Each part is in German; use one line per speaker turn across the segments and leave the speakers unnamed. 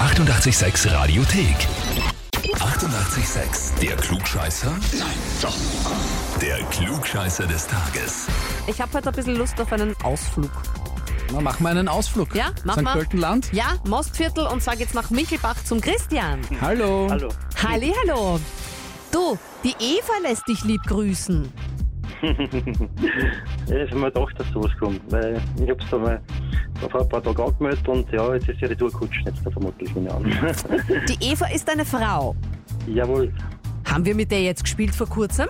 886 Radiothek. 88,6. Der Klugscheißer? Nein, doch. Der Klugscheißer des Tages.
Ich habe heute ein bisschen Lust auf einen Ausflug.
Na, machen wir einen Ausflug.
Ja, mach
St.
mal.
Pöltenland.
Ja, Mostviertel und zwar geht's nach Michelbach zum Christian.
Hallo.
Hallo.
Hallihallo. Du, die Eva lässt dich lieb grüßen.
Ja, ich habe mir gedacht, dass sowas kommt, weil ich habe es da mal vor ein paar Tagen angemeldet und ja, jetzt ist ja die Tour gerutscht, jetzt da vermutlich wieder an.
Die Eva ist deine Frau.
Jawohl.
Haben wir mit der jetzt gespielt vor kurzem?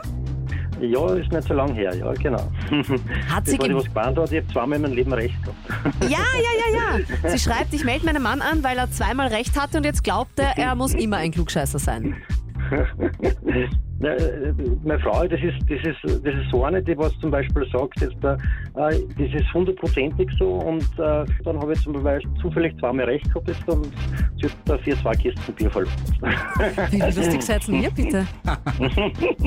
Ja, ist nicht so lang her, ja, genau.
Hat sie
Bevor ich
ge
was gemeint hat, ich habe zweimal in meinem Leben recht gehabt.
Ja, ja, ja, ja. Sie schreibt, ich melde meinen Mann an, weil er zweimal recht hatte und jetzt glaubt er, er muss immer ein Klugscheißer sein.
Ja, äh, Meine Frau, das ist, das ist, das ist so eine, die was zum Beispiel sagt, jetzt, äh, äh, das ist hundertprozentig so und äh, dann habe ich zum Beispiel zufällig zweimal recht gehabt jetzt und sie hat dafür zwei Kisten Bier verloren.
Wie, wie lustig seid denn ihr bitte?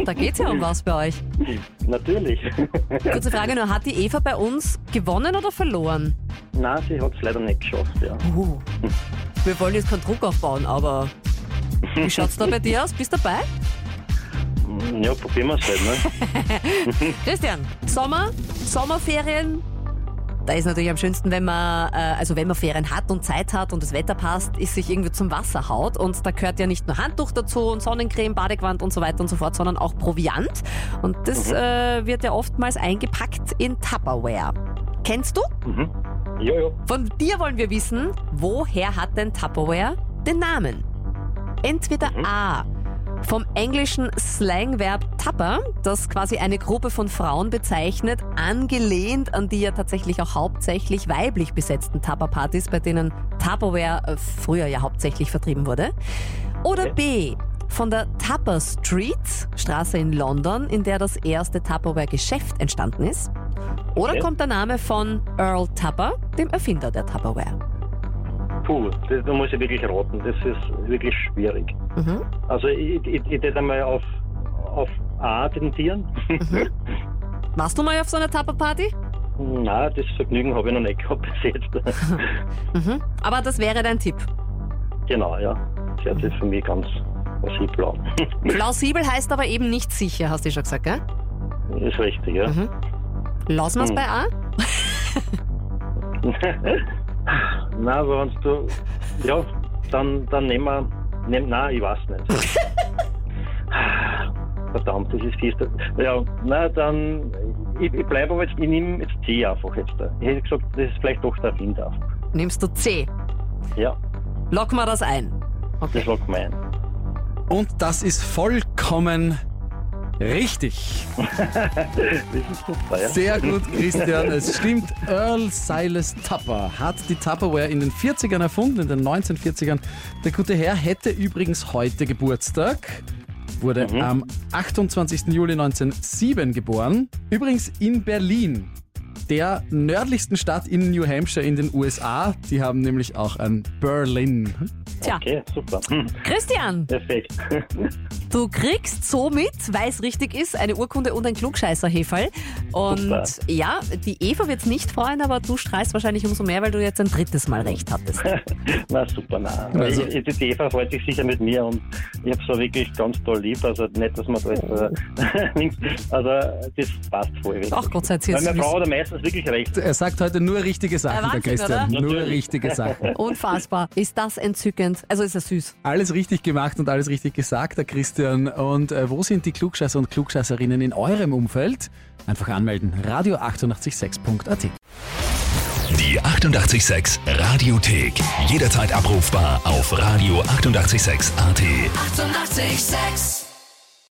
Da geht's ja um was bei euch.
Natürlich.
Kurze Frage nur, hat die Eva bei uns gewonnen oder verloren?
Nein, sie hat es leider nicht geschafft, ja.
Uh, wir wollen jetzt keinen Druck aufbauen, aber wie schaut's da bei dir aus? Bist dabei?
Ja, probieren wir es halt, ne?
Christian, Sommer, Sommerferien. Da ist natürlich am schönsten, wenn man, äh, also wenn man Ferien hat und Zeit hat und das Wetter passt, ist sich irgendwie zum Wasser haut. Und da gehört ja nicht nur Handtuch dazu und Sonnencreme, Badegewand und so weiter und so fort, sondern auch Proviant. Und das äh, wird ja oftmals eingepackt in Tupperware. Kennst du?
ne? Ja, ja.
Von dir wollen wir wissen, woher hat denn Tupperware den Namen? Entweder A. Vom englischen Slangverb Tupper, das quasi eine Gruppe von Frauen bezeichnet, angelehnt an die ja tatsächlich auch hauptsächlich weiblich besetzten Tupperpartys, bei denen Tupperware äh, früher ja hauptsächlich vertrieben wurde. Oder B. Von der Tupper Street, Straße in London, in der das erste Tupperware-Geschäft entstanden ist. Oder
Okay.
kommt der Name von Earl Tupper, dem Erfinder der Tupperware?
Puh, das, da muss ich wirklich raten. Das ist wirklich schwierig.
Mhm.
Also ich, ich, ich hätte einmal auf, auf A tendieren.
Warst du mal auf so einer Tupper-Party?
Nein, das Vergnügen habe ich noch nicht gehabt bis jetzt.
Mhm. Aber das wäre dein Tipp.
genau, ja. Das hört sich für mich ganz plausibel an.
Plausibel heißt aber eben nicht sicher, hast du schon gesagt, gell?
ist richtig, ja.
Mhm. Lassen wir es
Mhm.
bei A?
Nein, aber wenn du... Ja, dann, dann nehmen wir... Nehm, nein, ich weiß nicht. Verdammt, das ist fies. Ja, na dann... Ich, ich bleibe aber jetzt... Ich nehme jetzt C einfach jetzt. Ich hätte gesagt, das ist vielleicht doch der Finder.
Nimmst du C.
Ja,
Lock mal das ein.
das war gemein.
Und das ist vollkommen richtig.
Das ist super, ja.
Sehr gut, Christian. Es stimmt, Earl Silas Tupper hat die Tupperware in den 40ern erfunden, in den 1940ern. Der gute Herr hätte übrigens heute Geburtstag, wurde am 28. Juli 1907 geboren, übrigens in Berlin. Der nördlichsten Stadt in New Hampshire in den USA. Die haben nämlich auch ein Berlin.
Tja,
Okay, super. Hm,
Christian,
Perfekt.
du kriegst somit, weil es richtig ist, eine Urkunde und ein Klugscheißer-Heferl. Und
Super.
ja, die Eva wird's nicht freuen, aber du strahlst wahrscheinlich umso mehr, weil du jetzt ein drittes Mal recht hattest.
Na super, nein.
Also-
ich, ich, die Eva freut sich sicher mit mir und ich habe es wirklich ganz toll lieb. Also nicht, dass man da jetzt... Äh, also das passt voll. wirklich.
Ach Gott sei
Weil meine
Dank.
Frau hat meistens wirklich recht.
Er sagt heute nur richtige Sachen,
Wahnsinn,
der Christian.
oder?
Nur
Natürlich.
richtige Sachen.
Unfassbar. Ist das entzückend? Also ist das süß.
Alles richtig gemacht und alles richtig gesagt, der Christian. Und äh, wo sind die Klugscheißer und Klugscheißerinnen in eurem Umfeld? Einfach anmelden. Radio 886.at.
Die 88,6 Radiothek. Jederzeit abrufbar auf radio886.at. 88,6.
Eighty-eight, sex.